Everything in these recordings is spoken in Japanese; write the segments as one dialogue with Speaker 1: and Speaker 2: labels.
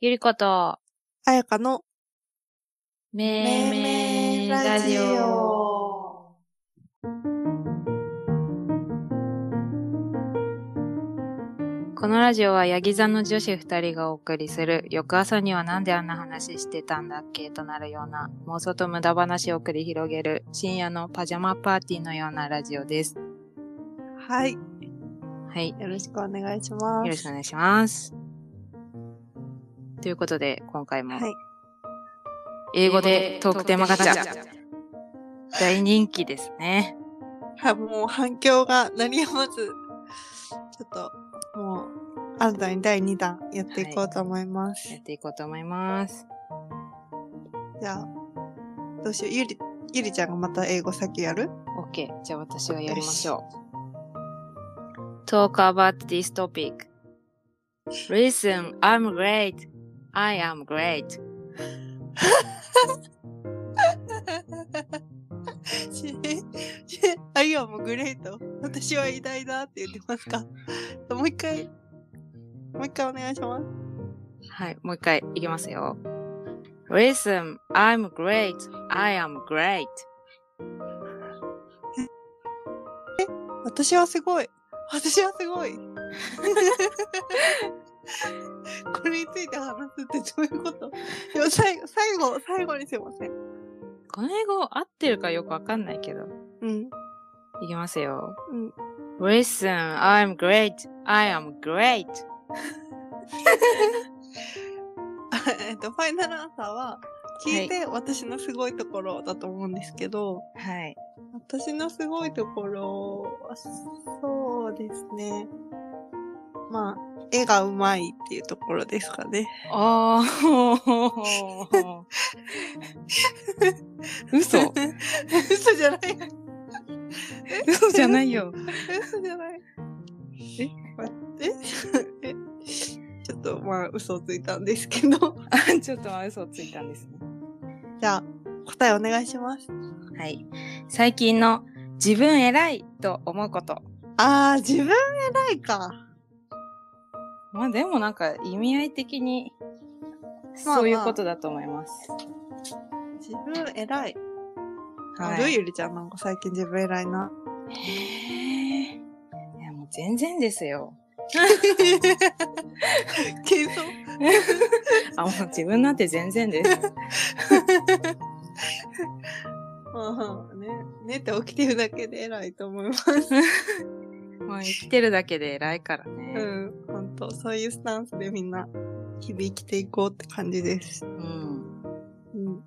Speaker 1: ゆりこと、
Speaker 2: あやかの、
Speaker 1: めいめいラジオ。このラジオは、ヤギ座の女子二人がお送りする、翌朝にはなんであんな話してたんだっけとなるような、妄想と無駄話を繰り広げる、深夜のパジャマパーティーのようなラジオです。
Speaker 2: はい。よ
Speaker 1: はい。よ
Speaker 2: ろしくお願いします。
Speaker 1: ろしくお願いします。ということで、今回も
Speaker 2: はい。
Speaker 1: 英語でトークテーマガチャ。大人気ですね。
Speaker 2: は、もう反響が何をまず、ちょっと、もう、新たに第2弾やっていこうと思います。
Speaker 1: やっていこうと思います。
Speaker 2: じゃあ、どうしよう。ゆり、ゆりちゃんがまた英語先やる
Speaker 1: OK。じゃあ私がやりましょう。Talk about this topic. Listen, I'm great. I am great.
Speaker 2: ししあゆはもうグレート。私は偉大だって言ってますか もう一回、もう一回お願いします。
Speaker 1: はい。もう一回いきますよ。Listen, I'm great. I am great.
Speaker 2: 私はすごい。私はすごい。 これについて話すってどういう ことでも最後、最後、最後にすいません。
Speaker 1: この英語合ってるかよくわかんないけど。
Speaker 2: うん。
Speaker 1: いきますよ。
Speaker 2: うん
Speaker 1: Listen, I'm great. I am great.
Speaker 2: えっと、ファイナルアンサーは、聞いて私のすごいところだと思うんですけど、
Speaker 1: はい。
Speaker 2: 私のすごいところは、そうですね。まあ、絵がうまいっていうところですかね。
Speaker 1: ああ。 嘘
Speaker 2: 嘘じゃない。
Speaker 1: 嘘じゃないよ。
Speaker 2: 嘘じゃない。え、 待って。え、ちょっとまあ嘘をついたんですけど。
Speaker 1: ちょっと嘘ついたんですね。
Speaker 2: じゃあ、答えお願いします。
Speaker 1: はい。最近の自分偉いと思うこと。
Speaker 2: あー、自分偉いか。
Speaker 1: まあでもなんか意味合い的に
Speaker 2: まあ
Speaker 1: そういうことだと思います。
Speaker 2: 自分偉い。あ
Speaker 1: は
Speaker 2: る
Speaker 1: い。
Speaker 2: ゆりちゃんなんか最近自分偉い な。
Speaker 1: へえ。いやもう全然ですよ。
Speaker 2: 謙遜
Speaker 1: あ、もう自分なんて全然 です。
Speaker 2: うん、ね、寝て起きてるだけで偉いと思います。
Speaker 1: まあ生きてるだけで偉いからね。
Speaker 2: うん、ほんと、そういうスタンスでみんな、日々生きていこうって感じです。
Speaker 1: うん。
Speaker 2: うん。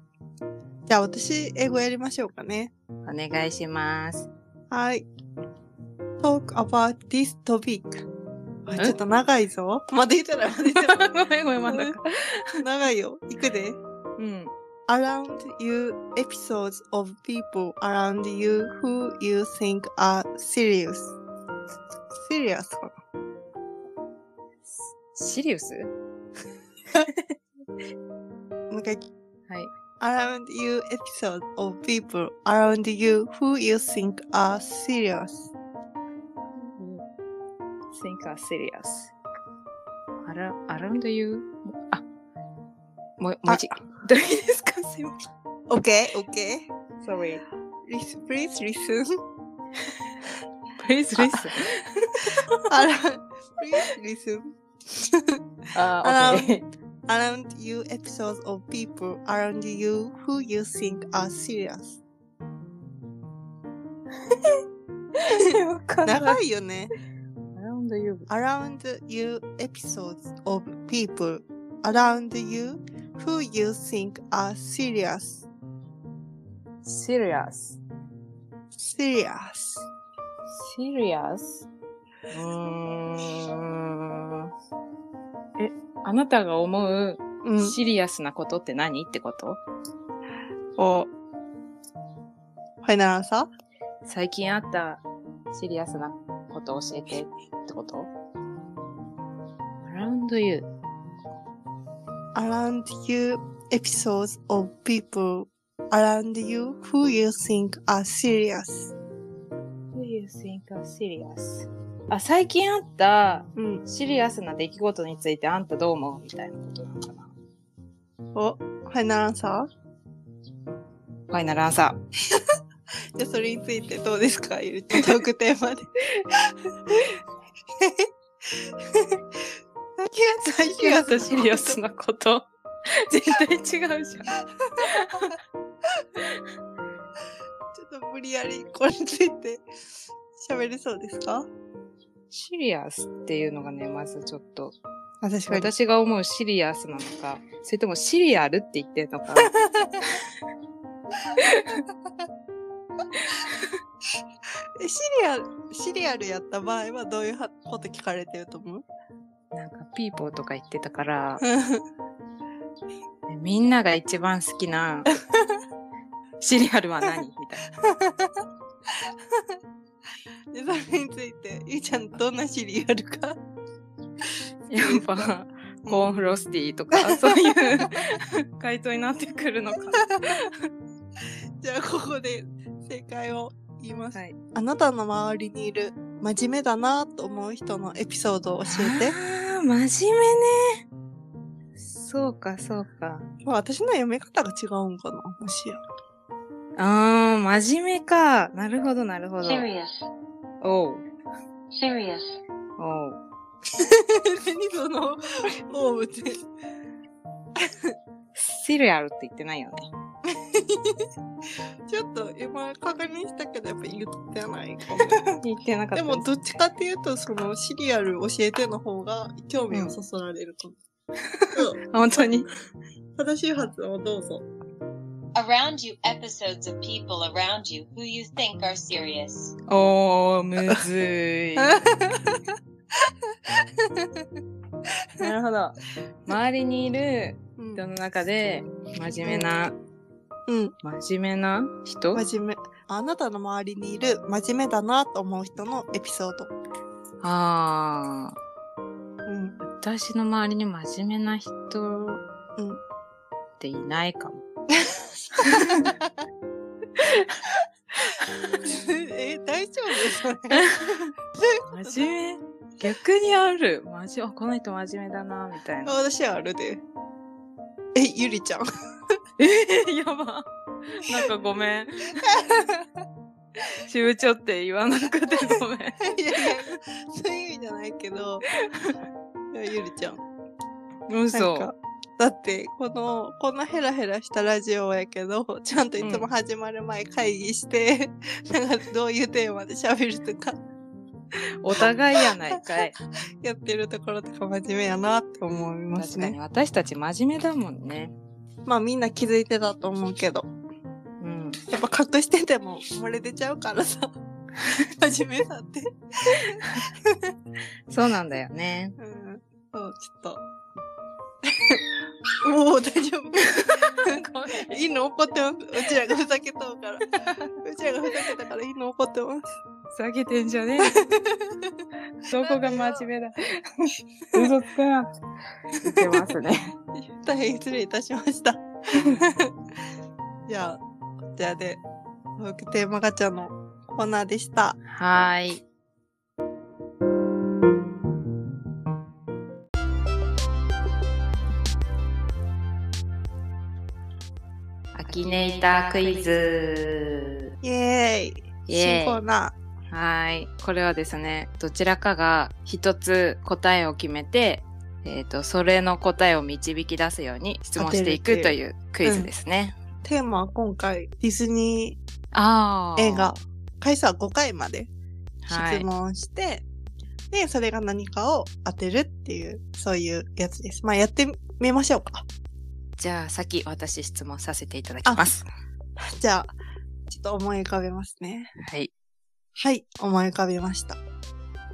Speaker 2: じゃあ私、英語やりましょうかね。
Speaker 1: お願いし ます。
Speaker 2: はい。talk about this topic. あ
Speaker 1: ん
Speaker 2: ちょっと長いぞ。まだ言ったら、まだ言ったら。
Speaker 1: ごめんごめん、まだか。
Speaker 2: 長いよ。いくで。
Speaker 1: うん。
Speaker 2: around you episodes of people around you who you think are serious. serious か
Speaker 1: シリウス
Speaker 2: なもう一回
Speaker 1: はい。
Speaker 2: around you episodes of people around you who you think are serious.
Speaker 1: think are serious. あら、around you? あ、もう、もう一どれですかすいません。
Speaker 2: Okay, okay.
Speaker 1: Sorry.
Speaker 2: Please, please listen.
Speaker 1: Please listen.
Speaker 2: around, please listen.
Speaker 1: あ、OK。
Speaker 2: around you episodes of people around you who you think are serious.
Speaker 1: わかんない。
Speaker 2: 長いよね。
Speaker 1: around you.
Speaker 2: around you episodes of people around you who you think are serious.
Speaker 1: serious.
Speaker 2: Serious.
Speaker 1: serious? うーん。え、あなたが思う
Speaker 2: うん。
Speaker 1: シリアスなことって何ってこと
Speaker 2: お。ファイナルアンサー
Speaker 1: 最近あったシリアスなことを教えてってこと ?around you.
Speaker 2: around you episodes of people around you who you think are serious.
Speaker 1: Do you think are serious? あ、最近あった
Speaker 2: うん。Mm.
Speaker 1: シリアスな出来事についてあんたどう思うみたいなことなのかな。
Speaker 2: お、ファイナルアンサ
Speaker 1: ファイナルアンサー。
Speaker 2: ーじゃあそれについてどうですかゆるちゃんトークテーマで。 最
Speaker 1: ヒュアとシリオスのこと。 絶対違うじゃん。
Speaker 2: ちょっと無理やりこれについて喋れそうですか
Speaker 1: シリアスっていうのがね、まずちょっと、
Speaker 2: あ、確かに。
Speaker 1: 私が思うシリアスなのか、それともシリアルって言ってるのか、
Speaker 2: えシリアル、シリアルやった場合はどういうはこと聞かれてると思う
Speaker 1: なんかピーポーとか言ってたから、みんなが一番好きな、シリアルは何みたいな。
Speaker 2: でそれについて、ゆいちゃんどんなシリアルか。
Speaker 1: やっぱ、コーンフロスティーとか、そういう回答になってくるのか。
Speaker 2: じゃあここで正解を言います。
Speaker 1: はい。
Speaker 2: あなたの周りにいる真面目だなと思う人のエピソードを教えて。
Speaker 1: あー真面目ね。そうか、そうか。
Speaker 2: まあ私の読み方が違うんかな、もしや。
Speaker 1: あー、真面目か。なるほど、なるほど。
Speaker 3: Serious.
Speaker 1: おう。
Speaker 3: Serious.
Speaker 1: おう。
Speaker 2: 何その、オウムって。
Speaker 1: シリアルって言ってないよね。
Speaker 2: ちょっと今確認したけどやっぱ言ってないかも。
Speaker 1: 言ってなか っ
Speaker 2: で
Speaker 1: た。
Speaker 2: もどっちかっていうとそのシリアル教えての方が興味をそそられると思う。そう
Speaker 1: あ本当に。
Speaker 2: 正しい発音をどうぞ。
Speaker 3: Around you episodes of people around you who you think are serious.
Speaker 1: おー、むずい。なるほど。周りにいる
Speaker 2: うん
Speaker 1: 人の中で、真面目な、
Speaker 2: うん、
Speaker 1: 真面目な人
Speaker 2: 真面目。あなたの周りにいる真面目だなと思う人のエピソード。
Speaker 1: あー、
Speaker 2: うん。
Speaker 1: 私の周りに真面目な人
Speaker 2: うん
Speaker 1: っていないかも。
Speaker 2: え、大丈 夫それ。
Speaker 1: 真面目逆にある。真面目、あこの人真面目だな、みたいな。
Speaker 2: 私はあるで。え、ゆりちゃん。
Speaker 1: えー、やば。なんかごめ ん。しぶちょって言わなくてごめん。
Speaker 2: いやいや、そういう意味じゃないけ ど、いやゆりちゃん。なん
Speaker 1: 嘘
Speaker 2: か。だって、この、こんなヘラヘラしたラジオやけど、ちゃんといつも始まる前会議して、 なんかどういうテーマで喋るとか、
Speaker 1: お互いやないか い。
Speaker 2: やってるところとか真面目やなって思いま
Speaker 1: 確
Speaker 2: す
Speaker 1: かに
Speaker 2: ね。
Speaker 1: 私たち真面目だもんね。
Speaker 2: まあみんな気づいてたと思うけど、
Speaker 1: うん。
Speaker 2: やっぱ隠してても漏れ出ちゃうからさ、 真面目だって。
Speaker 1: そうなんだよ ね。
Speaker 2: うん。そう、ちょっと。もう大丈夫。いいの怒ってます。うちらがふざけたから。うちらがふざけたからいいの怒ってます。
Speaker 1: 下げてんじゃね え。どこが真面目だ。嘘つくな。言ってますね。
Speaker 2: 大変失礼いたしました。じゃあ、こちらで、トークテーマガチャのコーナーでした。
Speaker 1: はーい。アキネイターク イズ。
Speaker 2: イエーイ
Speaker 1: イエーイ
Speaker 2: 新コーナ
Speaker 1: はい。これはですね、どちらかが一つ答えを決めて、えっ、と、それの答えを導き出すように質問してい
Speaker 2: 当
Speaker 1: くと
Speaker 2: てるって
Speaker 1: いうクイズですね。
Speaker 2: ー。テーマは今回、ディズニ
Speaker 1: ああ。
Speaker 2: ー映画、回数は5回まで
Speaker 1: はい
Speaker 2: 質問して、で、それが何かを当てるっていう、そういうやつです。まあ、やってみましょうか。
Speaker 1: じゃあ、先、私質問させていただきます。
Speaker 2: じゃあ、ちょっと思い浮かべますね。
Speaker 1: はい。
Speaker 2: はい、思い浮かべました。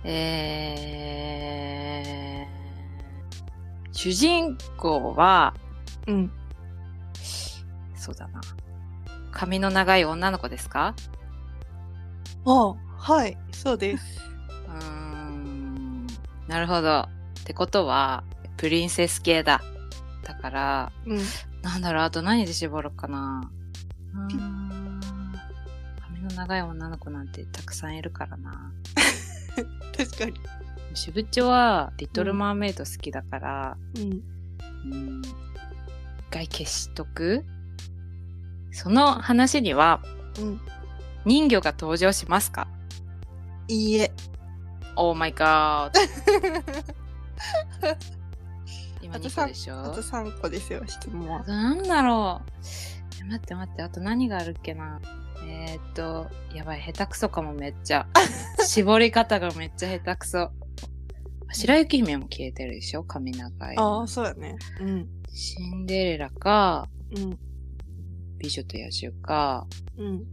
Speaker 1: えー、主人公は、
Speaker 2: うん。
Speaker 1: そうだな。髪の長い女の子ですか
Speaker 2: あ、はい、そう です。
Speaker 1: うーん。なるほど。ってことは、プリンセス系だ。だから、
Speaker 2: うん。
Speaker 1: なんだろう、あと何で絞ろうかな。うーん。髪の長い女の子なんてたくさんいるからな。
Speaker 2: 確か
Speaker 1: しぶちょは、リトルマーメイド好きだから、
Speaker 2: に。うん。
Speaker 1: 一回消しとくその話には
Speaker 2: うん。
Speaker 1: 人魚が登場しますか
Speaker 2: いいえ。
Speaker 1: ?Oh my god! 今
Speaker 2: あと
Speaker 1: 2個
Speaker 2: さ
Speaker 1: でし
Speaker 2: あ
Speaker 1: ょ
Speaker 2: と3個ですよ、質問
Speaker 1: あ
Speaker 2: は。
Speaker 1: となんだろうえ待って待って、あと何があるっけなえー、っと、やばい、下手くそかもめっ ちゃ。絞り方がめっちゃ下手くそ。白雪姫も消えてるでしょ髪長い。
Speaker 2: ああ、そうやね。うん。
Speaker 1: シンデレラか、
Speaker 2: うん。
Speaker 1: 美女と野獣か、
Speaker 2: うん。
Speaker 1: う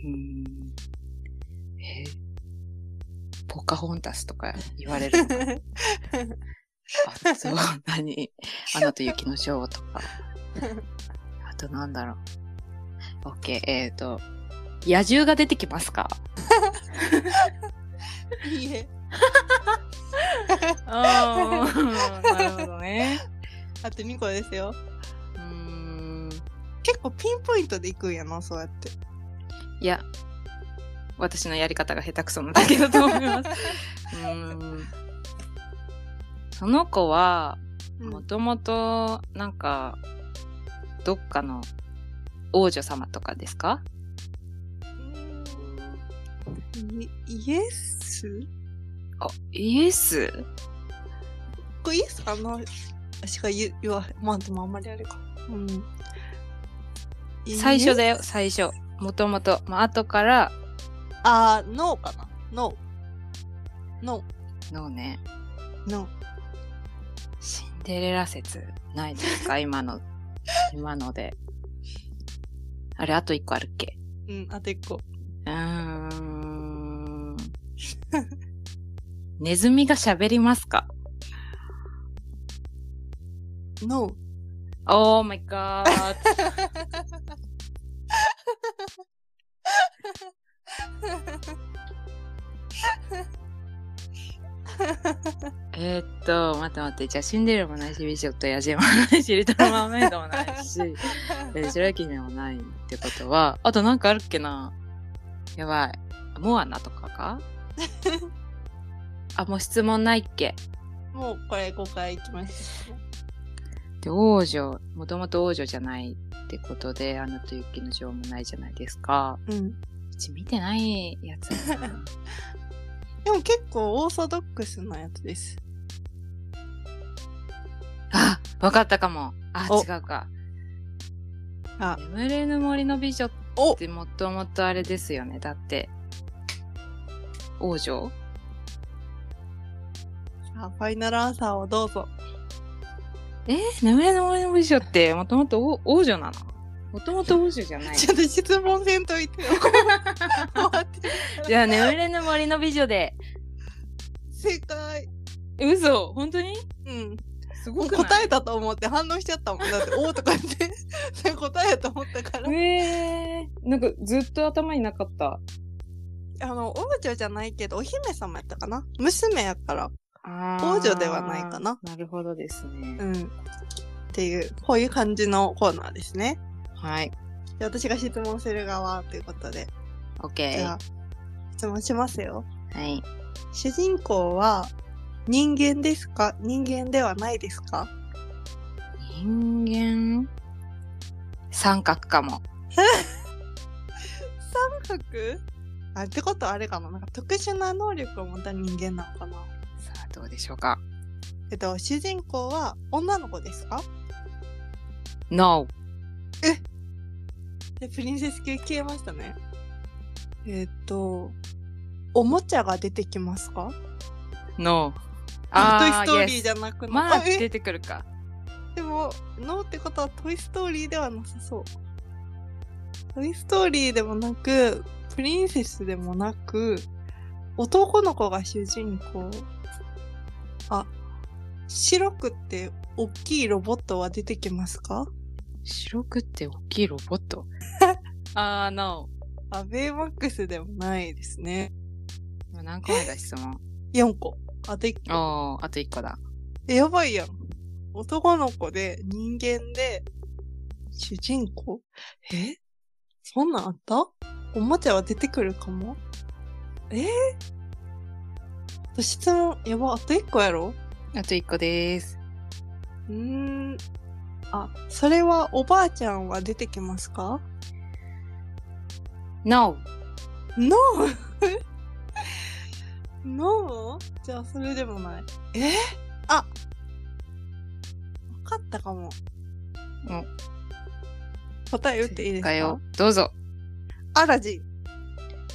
Speaker 1: ーん。えポカホンタスとか言われるのかあそう、何アナと雪の女王と か。あとなんだろう。OK、えっ、ー、と、野獣が出てきますか
Speaker 2: いいえ。
Speaker 1: ああ、なるほどね。
Speaker 2: あと2個ですよ。
Speaker 1: うーん。
Speaker 2: 結構ピンポイントでいくんやな、そうやって。
Speaker 1: いや、私のやり方が下手くそなだけだと思い ます。うーん。その子は、
Speaker 2: うん
Speaker 1: もともと、なんか、どっかの王女様とかですか
Speaker 2: イイエス
Speaker 1: あ、イエス
Speaker 2: これイエスかなしか言う言わへん。まあでもあんまりあれか。うん。
Speaker 1: 最初
Speaker 2: で。
Speaker 1: だよ、最初。もともと。まあ、後から、
Speaker 2: あー、ノーかな。ノー。ノ
Speaker 1: のね、
Speaker 2: ー。ノ
Speaker 1: シンデレラ説ないです か今の、今ので。あれ、あと一個あるっけ
Speaker 2: ー。うん、あと1個。
Speaker 1: うー ん。ネズミが喋りますか
Speaker 2: ノー。
Speaker 1: ?Oh my god. えーっと、待って待って。じゃあ、シンデレラもないし、ビショットやジェもないし、リトルマーメイドもないし、えー白雪姫もないってことは、あとなんかあるっけなやばい。モアナとか かあ、もう質問ないっけ
Speaker 2: もうこれ5回いきました。
Speaker 1: で、王女、もともと王女じゃないってことで、アナと雪の女王もないじゃないですか。
Speaker 2: うん。
Speaker 1: うち見てないやつだな。
Speaker 2: でも結構オーソドックスなやつです。
Speaker 1: あ、わかったかも。あ、
Speaker 2: お
Speaker 1: 違うか。
Speaker 2: あ
Speaker 1: 眠れぬ森の美女っ
Speaker 2: お
Speaker 1: てもともとあれですよね。だって、王女
Speaker 2: さあ、ファイナルアンサーをどうぞ。
Speaker 1: え眠れぬ森の美女ってもともと王王女なのもともと王女じゃない
Speaker 2: ちょっと質問せんとい てよ。待って。
Speaker 1: じゃあ、眠れぬ森の美女で。
Speaker 2: 正解。
Speaker 1: え嘘本当に
Speaker 2: うん。
Speaker 1: す
Speaker 2: も
Speaker 1: ご
Speaker 2: う
Speaker 1: くない
Speaker 2: 答えたと思って反応しちゃったもん。だって、おーとか言 って、それ答えやと思ったから。
Speaker 1: えー、なんかずっと頭になかった。
Speaker 2: あの、王女じゃないけど、お姫様やったかな娘やから。
Speaker 1: 王
Speaker 2: 王女ではないかな。
Speaker 1: なるほどですね。
Speaker 2: うん。っていう、こういう感じのコーナーですね。
Speaker 1: はい。
Speaker 2: で私が質問する側ということで。じ
Speaker 1: OK。
Speaker 2: ゃあ
Speaker 1: は、
Speaker 2: 質問しますよ。
Speaker 1: い。
Speaker 2: 主人公は人間ですか人間ではないですか
Speaker 1: 人間三角かも。
Speaker 2: 三角あってことはあれかななんか特殊な能力を持った人間なのかな
Speaker 1: さあ、どうでしょうか。
Speaker 2: えっと主人公は女の子ですか
Speaker 1: No。
Speaker 2: でプリンセス級消えましたねえっとおもちゃが出てきますか
Speaker 1: No。
Speaker 2: トイ・ストーリーじゃなく
Speaker 1: yes
Speaker 2: な
Speaker 1: まあ、
Speaker 2: あえ
Speaker 1: 出てくるか。
Speaker 2: でもノーってことはトイ・ストーリーではなさそうトイ・ストーリーでもなくプリンセスでもなく男の子が主人公あ白くって大きいロボットは出てきますか
Speaker 1: 白くて大きいロボッ ト。あー、No。
Speaker 2: あベイマックスでもないですね
Speaker 1: 今何個目だ質問。
Speaker 2: 4個あと1個
Speaker 1: おー、あと一個だ。
Speaker 2: えやばいやん男の子で人間で主人公えそんなんあったおもちゃは出てくるかもえー、あと質問やばあと1個やろ
Speaker 1: あと一個です。
Speaker 2: うーん。あ、それはおばあちゃんは出てきますか
Speaker 1: No!
Speaker 2: ?No! no? じゃあそれでもない。えあわかったかも。
Speaker 1: うん
Speaker 2: 答え打っていいですか
Speaker 1: かよ。どうぞ。
Speaker 2: アラジン。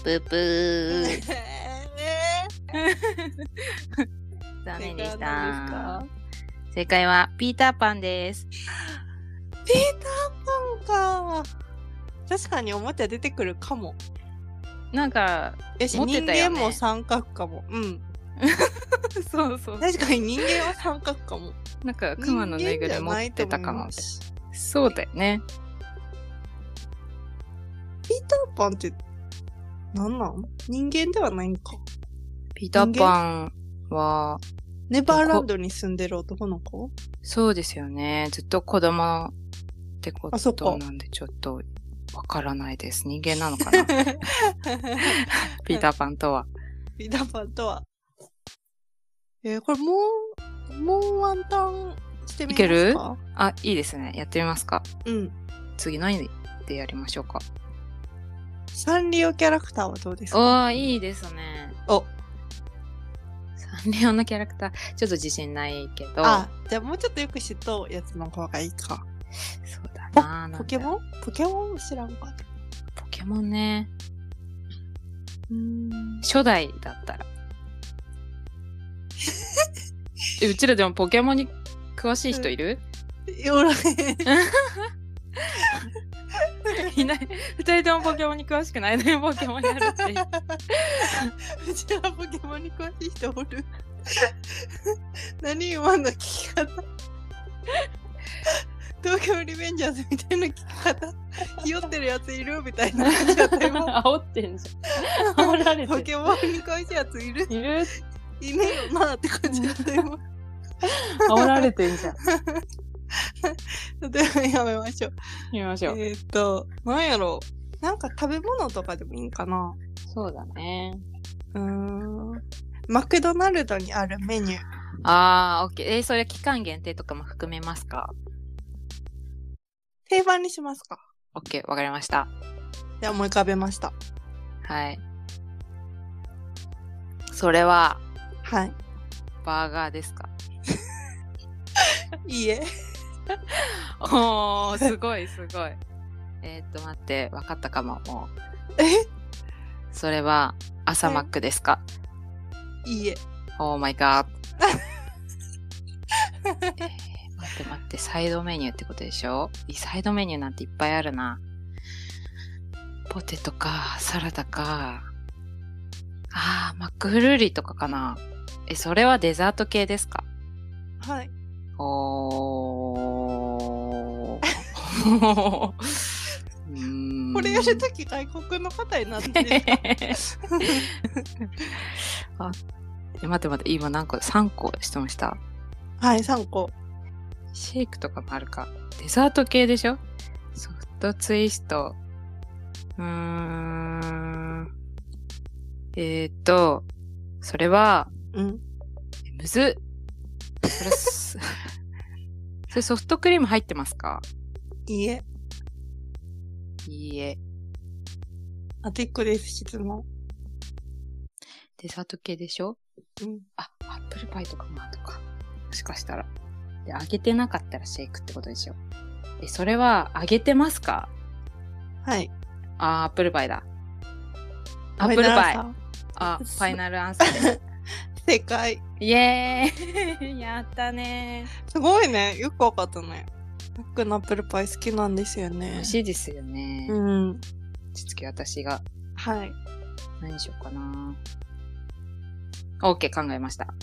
Speaker 1: ブーブー。
Speaker 2: え
Speaker 1: ダ
Speaker 2: ー
Speaker 1: メでし
Speaker 2: 正解は何です
Speaker 1: た
Speaker 2: か。
Speaker 1: 正解はピーターパンです。
Speaker 2: ピーターパンか。確かにおもちゃ出てくるかも。
Speaker 1: なん か、
Speaker 2: よし、
Speaker 1: 持って
Speaker 2: 人
Speaker 1: たよね
Speaker 2: 間も三角かも。うん。
Speaker 1: そうそう。
Speaker 2: 確かに人間は三角かも。
Speaker 1: なんか、 熊のぬいぐるみ持ってたかも
Speaker 2: 人間じゃないと思いま。す
Speaker 1: そうだよね。
Speaker 2: ピーターパンって、なんなん人間ではないんか。
Speaker 1: ピーターパンは、
Speaker 2: ネバーランドに住んでる男 の子
Speaker 1: そうですよね。ずっと子供ってこ
Speaker 2: あそっか
Speaker 1: となんで、ちょっとわからないです。人間なの かなピーターパンとは。
Speaker 2: ピーターパンとは。えーこれもう、もうワンタンしてみますか
Speaker 1: いけるあ、いいですね。やってみますか。
Speaker 2: うん。
Speaker 1: 次何でやりましょうか。
Speaker 2: サンリオキャラクターはどうです
Speaker 1: お
Speaker 2: か
Speaker 1: ー、いいですね。
Speaker 2: お
Speaker 1: サンリオのキャラクター、ちょっと自信ないけど、
Speaker 2: あ、じゃあもうちょっとよく知っとうやつの方がいいか。
Speaker 1: そうだななんだ
Speaker 2: ポケモンポケモン知らんか。
Speaker 1: ポケモンね。
Speaker 2: うーん。
Speaker 1: 初代だったら。えうちらでもポケモンに詳しい人いる、
Speaker 2: よらへん。
Speaker 1: いない。二人ともポケモンに詳しくないのにポケモンになるっていう。
Speaker 2: うちらポケモンに詳しい人おる 何今の聞き方東京リベンジャーズみたいな聞き方ひよってるやついるみたいな感じ だった今
Speaker 1: 煽ってんじゃん。煽られ
Speaker 2: ポ
Speaker 1: て
Speaker 2: ケモンに詳しいやついる
Speaker 1: る。いる
Speaker 2: いねえよなって感じだった今
Speaker 1: 煽られてんじゃん。
Speaker 2: 例えばやめましょう
Speaker 1: 見ましょう。
Speaker 2: えーっとなんやろうなんか食べ物とかでもいいんかな
Speaker 1: そうだね。
Speaker 2: うーんマクドナルドにあるメニュー
Speaker 1: あー、オッケー。えーそれ期間限定とかも含めますか
Speaker 2: 定番にしますか
Speaker 1: オッケー、わかりました。
Speaker 2: じゃあ思い浮かべました
Speaker 1: はい。それは、
Speaker 2: はい
Speaker 1: バーガーですか
Speaker 2: いいえ
Speaker 1: おー、すごいすごい。えーっと、待って、わかったかも、もう。
Speaker 2: え
Speaker 1: それは、朝マックですか
Speaker 2: いいえ。
Speaker 1: おーマイ ガー。えー待って待って、サイドメニューってことでしょいサイドメニューなんていっぱいあるな。ポテトか、サラダか。あー、マックフルーリーとかかな。え、それはデザート系ですか
Speaker 2: はい。
Speaker 1: おー。うーん
Speaker 2: これや るとき外国の方になってる。
Speaker 1: あえ待って待って、今何個 ?3 個質問した。
Speaker 2: はい、3個。
Speaker 1: シェイクとかもあるか。デザート系でしょソフトツイスト。うーん。えー、っと、それは、
Speaker 2: うん。
Speaker 1: えむずっ。それす それソフトクリーム入ってますか
Speaker 2: いいえ。
Speaker 1: いいえ。
Speaker 2: あと1個です、質問。
Speaker 1: デザート系でしょ
Speaker 2: うん。
Speaker 1: あ、アップルパイとかもあるのか。もしかしたら。で、揚げてなかったらシェイクってことでしょ。え、それは、揚げてますか
Speaker 2: はい。
Speaker 1: あー、アップルパイだ。アップルパイ。
Speaker 2: ごめんなさ
Speaker 1: あ、ファイナルアンサー です。
Speaker 2: い。正解。
Speaker 1: イエーイ やったね
Speaker 2: すごいね。よくわかったね。マックのアップルパイ好きなんですよ
Speaker 1: ー。
Speaker 2: ね
Speaker 1: 美味。しいですよね。
Speaker 2: うん。
Speaker 1: つき私が
Speaker 2: はい。
Speaker 1: 何にしようかな。OK、考えました。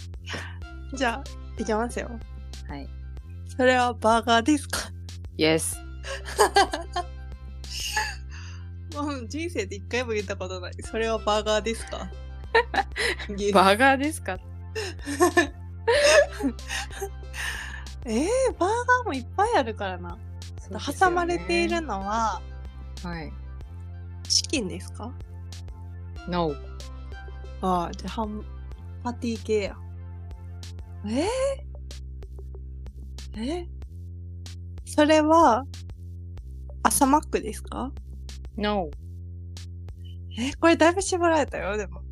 Speaker 2: じゃあ、いきますよ。
Speaker 1: はい。
Speaker 2: それはバーガーですか
Speaker 1: Yes。
Speaker 2: もう 人生で一回も言ったことない。それはバーガーです か
Speaker 1: バーガーですか
Speaker 2: えー、バーガーもいっぱいあるからな。挟まれている。のは、
Speaker 1: はい。
Speaker 2: チキンですか
Speaker 1: No。
Speaker 2: ああ、じゃあ、ハン、パティ系や。ええそれは、朝マックですか
Speaker 1: No.
Speaker 2: え、これだいぶ絞られたよ、でも。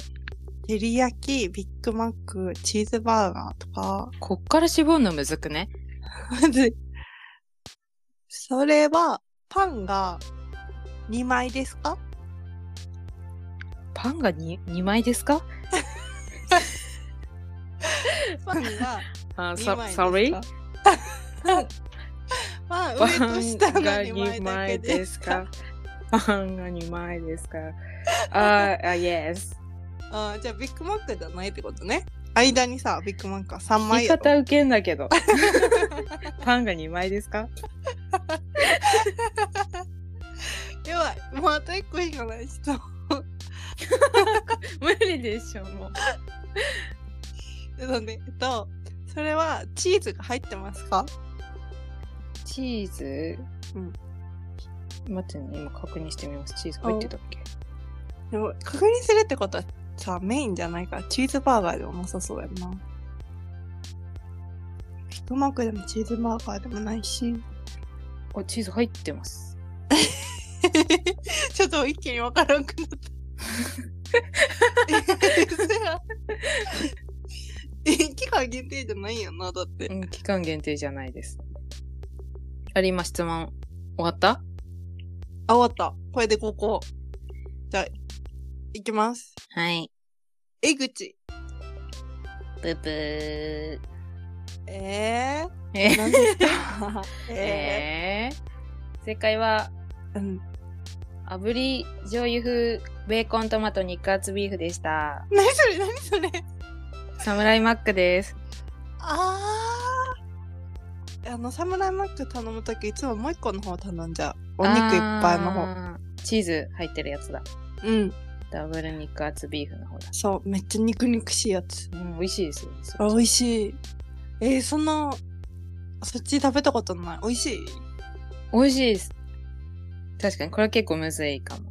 Speaker 2: 照り焼き、ビッグマック、チーズバーガーとか。
Speaker 1: こっから絞るのむずくね。
Speaker 2: まずそれは、パンが2枚ですか
Speaker 1: パンが 2, 2枚ですか
Speaker 2: パン が
Speaker 1: あ、
Speaker 2: 2
Speaker 1: so,
Speaker 2: 枚ですか
Speaker 1: sorry?
Speaker 2: まあ、上
Speaker 1: パ
Speaker 2: と
Speaker 1: ン
Speaker 2: 下
Speaker 1: が
Speaker 2: の
Speaker 1: 2
Speaker 2: 2枚だけ
Speaker 1: 枚で
Speaker 2: ですすか
Speaker 1: かパンが2枚です かあ、あ、yes。
Speaker 2: あーじゃあ、ビッグマックじゃないってことね。間にさ、ビッグマックは3
Speaker 1: 言
Speaker 2: 枚
Speaker 1: い
Speaker 2: やろ
Speaker 1: 方受けんだ けど。パンが2枚ですか
Speaker 2: やばい、もうあと1個しかない人。
Speaker 1: 無理でしょ、もう。
Speaker 2: なんで、えっと、それはチーズが入ってますか
Speaker 1: チーズ、
Speaker 2: うん
Speaker 1: 待ってね、今確認してみます。チーズ入ってたっけ
Speaker 2: でも、確認するってことはさ、メインじゃないから、チーズバーガーでもなさそうやんな。ビッグマックでもチーズバーガーでもないし。
Speaker 1: あ、チーズ入ってます。
Speaker 2: ちょっと一気にわからんくなった。えそや え期間限定じゃないんやな、だって
Speaker 1: う。ん、期間限定じゃないです。ありま質問。終わった
Speaker 2: あ、終わった。これでここ。じゃあ、いきます。
Speaker 1: はい。
Speaker 2: 江口。
Speaker 1: ブブー。
Speaker 2: え
Speaker 1: え
Speaker 2: ー、何ですか え
Speaker 1: えー、正解は、
Speaker 2: ー、うん。
Speaker 1: 炙り醤油風ベーコントマト肉厚ビーフでした。
Speaker 2: 何それ何それ
Speaker 1: サムライマックです。
Speaker 2: あーあのサムライマック頼むときいつももう一個の方頼んじゃうお肉いっぱいの方
Speaker 1: あー。チーズ入ってるやつだ。
Speaker 2: うん
Speaker 1: ダブル肉厚ビーフの方だ。
Speaker 2: そうめっちゃ肉肉しいやつ
Speaker 1: うん、美味しいですよ。
Speaker 2: あ美味しいえー、そのそっち食べたことない美味しい
Speaker 1: 美味しいです。確かに、これは結構むずいかも。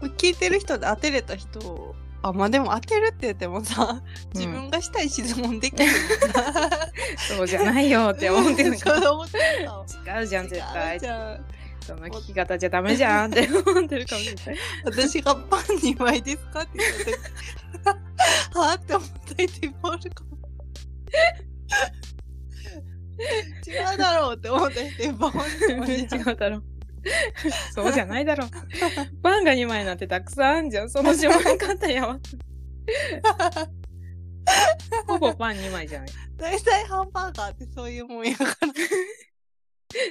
Speaker 2: これ聞いてる人で当てれた人あまあでも当てるって言ってもさ自分がしたい質問できるもん な、
Speaker 1: そうじゃないよって思ってるか
Speaker 2: そう思ってるかも
Speaker 1: ら。違うじゃん、絶
Speaker 2: 違う
Speaker 1: 対
Speaker 2: じ。ゃん
Speaker 1: その聞き方じゃダメじゃんって思ってるかもしれない。
Speaker 2: 私がパン2枚ですかって言った時はあって思った人いっぱいおるかも。違うだろうって思った人いっぱいお るかもしれない
Speaker 1: 違うだろ。そうじゃないだろ。パンが2枚なんてたくさんあんじゃん。その絞り方やわ。ほぼパン2枚じゃない。
Speaker 2: 大体ハンバーガーってそういうもんやから。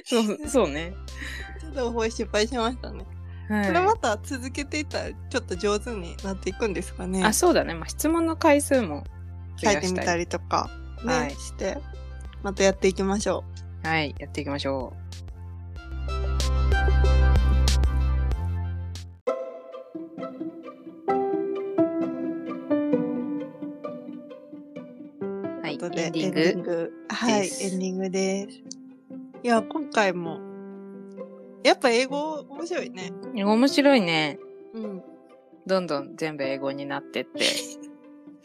Speaker 1: そう、そうね。
Speaker 2: ちょっと方失敗しましたね。これ
Speaker 1: は
Speaker 2: また続けていったらちょっと上手になっていくんですか
Speaker 1: い。
Speaker 2: ね。
Speaker 1: あ、そうだね。まあ、質問の回数も増
Speaker 2: 書い
Speaker 1: や
Speaker 2: て
Speaker 1: し
Speaker 2: み
Speaker 1: たい。
Speaker 2: たりとか、ね
Speaker 1: はい
Speaker 2: して、またやっていきましょう。
Speaker 1: はい。やっていきましょう。はい、エンデ
Speaker 2: ということ
Speaker 1: ィン
Speaker 2: でエンディン
Speaker 1: グ。
Speaker 2: グ。はい、
Speaker 1: です
Speaker 2: エンディングです。いや、今回も、やっぱ英語面白いね。
Speaker 1: 面白いね。
Speaker 2: うん。
Speaker 1: どんどん全部英語になってって、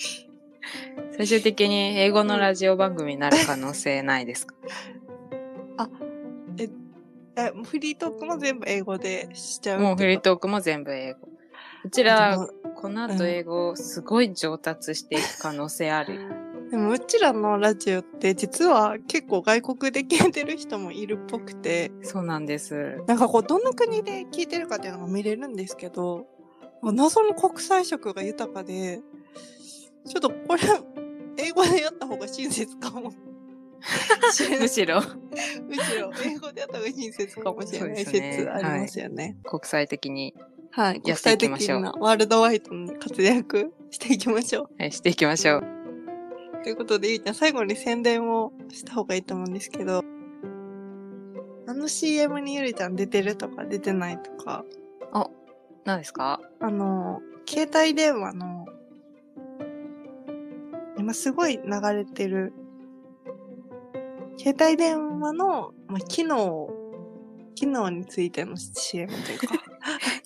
Speaker 1: 最終的に英語のラジオ番組になる可能性ないですか
Speaker 2: え、フリートークも全部英語でしちゃう。
Speaker 1: もうフリートークも全部英語。うちら、
Speaker 2: で
Speaker 1: この後英語すごい上達していく可能性ある。
Speaker 2: もでもうちらのラジオって実は結構外国で聞いてる人もいるっぽくて、
Speaker 1: そうなん です。
Speaker 2: なんかこうどんな国で聞いてるかっていうのが見れるんですけど、謎の国際色が豊かで、ちょっとこれ、英語でやった方が親切かも。しれない
Speaker 1: むしろ
Speaker 2: むしろ英語でやった方が親切かもしれない
Speaker 1: そうですね
Speaker 2: 説ありますよね。
Speaker 1: 国際的に
Speaker 2: はい。
Speaker 1: やっ
Speaker 2: 国
Speaker 1: てい
Speaker 2: 際
Speaker 1: き
Speaker 2: 的
Speaker 1: ましょう
Speaker 2: なワールドワイドに活躍していきましょ
Speaker 1: はいしていきましょう。
Speaker 2: う。ということで、ゆいちゃん、最後に宣伝をした方がいいと思うんですけど、あの CM にゆりちゃん出てるとか出てないとか、
Speaker 1: 何ですか
Speaker 2: あの、携帯電話の、今すごい流れてる、携帯電話の、まあ、機能、機能についての CM というか、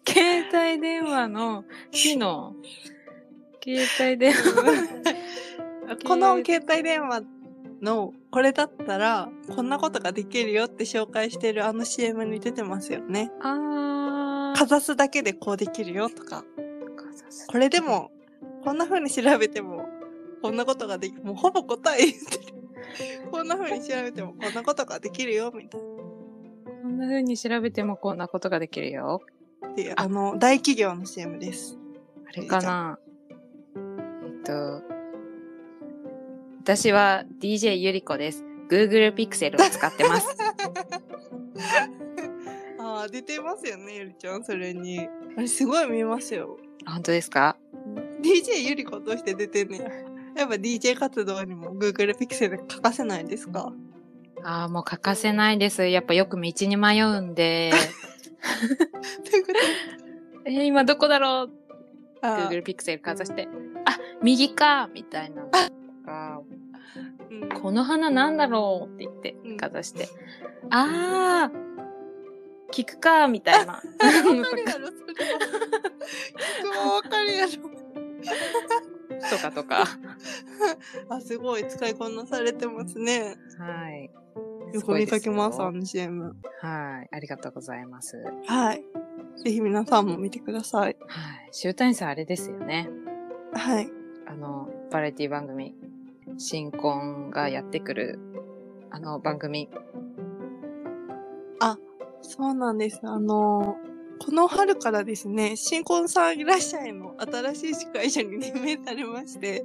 Speaker 1: 携帯電話の機能。 携帯電話。
Speaker 2: この携帯電話の、これだったら、こんなことができるよって紹介してるあの CM に出てますよね。
Speaker 1: あー
Speaker 2: かざすだけでこうできるよとか、
Speaker 1: かざす
Speaker 2: これでも、こんな風に調べても、こんなことができ、もうほぼ答え言ってる。 こんな風に調べても、こんなことができるよ、みたい
Speaker 1: こんな風に調べてもこんなことができるよ。
Speaker 2: な。っていう、あの、大企業の CM です。
Speaker 1: あれかなえっと、私は DJ ゆりこです。Google Pixel を使って ます。
Speaker 2: ああ、出てますよね、ゆりちゃん、それに。あれ、すごい見えますよ。
Speaker 1: あ本当ですか
Speaker 2: DJ ゆり子として出てんねや。やっぱ DJ 活動にも Google Pixel 欠かせないんですか
Speaker 1: ああ、もう欠かせないです。やっぱよく道に迷うんで、
Speaker 2: ということ
Speaker 1: えー今どこだろう
Speaker 2: あー
Speaker 1: ?Google Pixel かざして、あ、右かみたいな。あ
Speaker 2: うん
Speaker 1: この花なんだろうって言って
Speaker 2: うん、
Speaker 1: かざして、あー聞くかみたい な。
Speaker 2: わかるやろ、それは。聞くもわかるやろ。
Speaker 1: とかとか。
Speaker 2: あ、すごい、使いこなされてますね。
Speaker 1: はい。
Speaker 2: よく見かけます、
Speaker 1: ご
Speaker 2: あ
Speaker 1: いで
Speaker 2: の CM。
Speaker 1: よはい。ありがとうございます。
Speaker 2: はい。ぜひ皆さんも見てください。
Speaker 1: はい。集大成あれですよね。
Speaker 2: はい。
Speaker 1: あの、バラエティ番組、新婚がやってくる、あの番組。
Speaker 2: そうなんです。あのーこの春からですね、新婚さんいらっしゃいの新しい司会者に 任命されまして、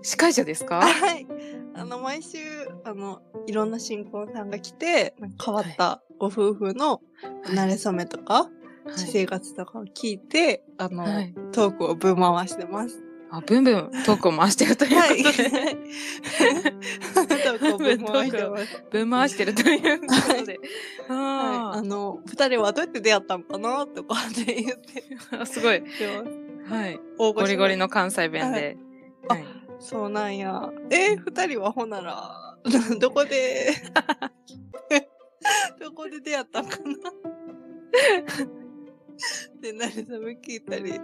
Speaker 1: 司会者ですか
Speaker 2: はい。あの、毎週、あの、いろんな新婚さんが来て、なんか変わったご夫婦の慣れ初めとか、
Speaker 1: はい
Speaker 2: 私生活とかを聞いて、あの、
Speaker 1: はい。
Speaker 2: トークをぶん回し てます。
Speaker 1: あ、ブンブントークを回してると
Speaker 2: は
Speaker 1: いう
Speaker 2: い。
Speaker 1: ことで、
Speaker 2: トークをぶん回してます。
Speaker 1: ブン回してるということで。
Speaker 2: はい、あ
Speaker 1: あ
Speaker 2: の、二人はどうやって出会ったのかなとかって言って
Speaker 1: ーあ、すごい。
Speaker 2: ます。
Speaker 1: はい。
Speaker 2: 大御
Speaker 1: ゴ
Speaker 2: 所
Speaker 1: リゴリの関西弁で。
Speaker 2: は
Speaker 1: はいい。
Speaker 2: そうなんや。えー、二人はほなら、 どこで、 どこで出会ったのかな ってなりさめ聞いたり。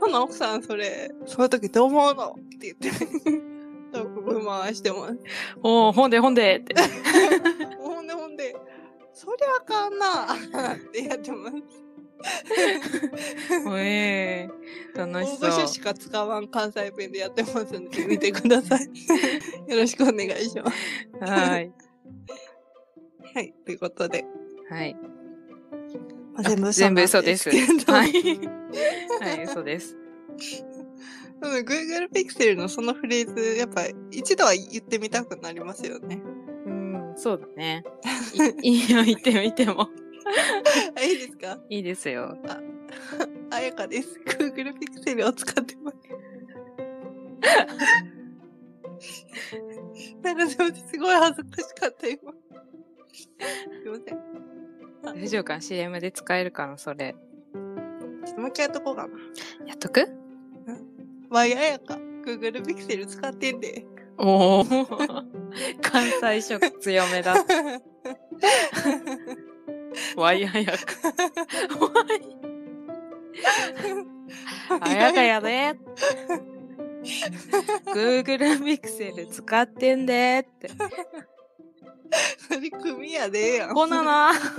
Speaker 2: ほな、奥さんそれ、そういう時どう思うのって言って、トークぶん回してます。
Speaker 1: おー、ほんでほんでって。
Speaker 2: ほんでほんで、そりゃあかんなってやってます。
Speaker 1: おえー、楽し
Speaker 2: 大御所
Speaker 1: そ
Speaker 2: しか使わん関西弁でやってますんで、見てください。よろしくお願いします。
Speaker 1: う。はい。
Speaker 2: はい、ということで。
Speaker 1: はい。
Speaker 2: まあ全部
Speaker 1: 全部嘘
Speaker 2: 嘘なんで
Speaker 1: ですす。
Speaker 2: けど。
Speaker 1: はい。 はい、嘘です。
Speaker 2: でも Google Pixel のそのフレーズ、やっぱ一度は言ってみたくなりますよね。
Speaker 1: うん、そうだ ね。いいいよ、言ってみても。
Speaker 2: あ、いいですか
Speaker 1: いいですよ。
Speaker 2: あやかです。Google Pixel を使ってます。 なるほど、すごい恥ずかしかった、今。すいません。
Speaker 1: 大丈夫かな ?CM で使えるかなそれ。
Speaker 2: ちょっともう一回やっとこうかな。
Speaker 1: やっとく
Speaker 2: わいあやか、Google Pixel 使ってんで。
Speaker 1: おお。関西色強め だ。わいあやか。あやかやで。Google Pixel 使ってんでって。
Speaker 2: それ組やでええやん。
Speaker 1: こんなな。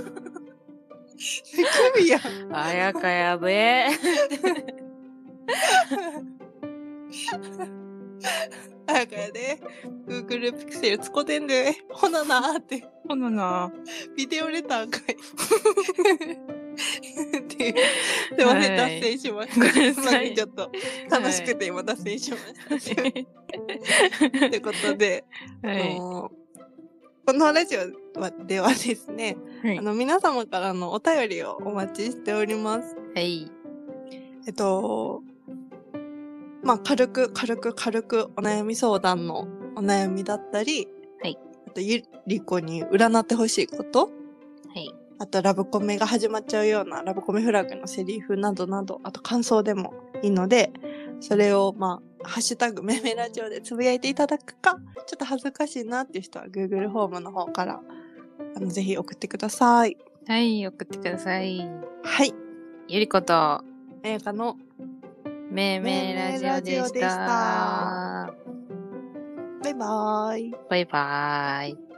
Speaker 2: 組やん。
Speaker 1: あやかやで。
Speaker 2: あやかやで。Google Pixel 使ってんで。ほななーって。
Speaker 1: こんな な。
Speaker 2: ビデオレターかい。 っていうすいません、
Speaker 1: はい
Speaker 2: 脱線しまし
Speaker 1: ご
Speaker 2: た。
Speaker 1: めん
Speaker 2: す
Speaker 1: ないさい
Speaker 2: ませんちょっと楽しくて今脱線しました。ということで、
Speaker 1: はい
Speaker 2: あ。のこのラジオはではですね、
Speaker 1: はい
Speaker 2: あの皆様からのお便りをお待ちしております。
Speaker 1: はい。
Speaker 2: えっと、まあ、軽く、軽く、軽くお悩み相談のお悩みだったり、
Speaker 1: はい。
Speaker 2: あと、ゆりこに占ってほしいこと、
Speaker 1: はい。
Speaker 2: あと、ラブコメが始まっちゃうようなラブコメフラグのセリフなどなど、あと感想でもいいので、それを、まあ、ハッシュタグめめラジオでつぶやいていただくか、ちょっと恥ずかしいなっていう人は Google ホームの方から、あの、ぜひ送ってください。
Speaker 1: はい、送ってください。
Speaker 2: はい。
Speaker 1: ゆりこと、
Speaker 2: 映画の
Speaker 1: めいめいラジオで
Speaker 2: めいめいラジオでし
Speaker 1: したた。
Speaker 2: めバイバーイ。
Speaker 1: バイバーイ。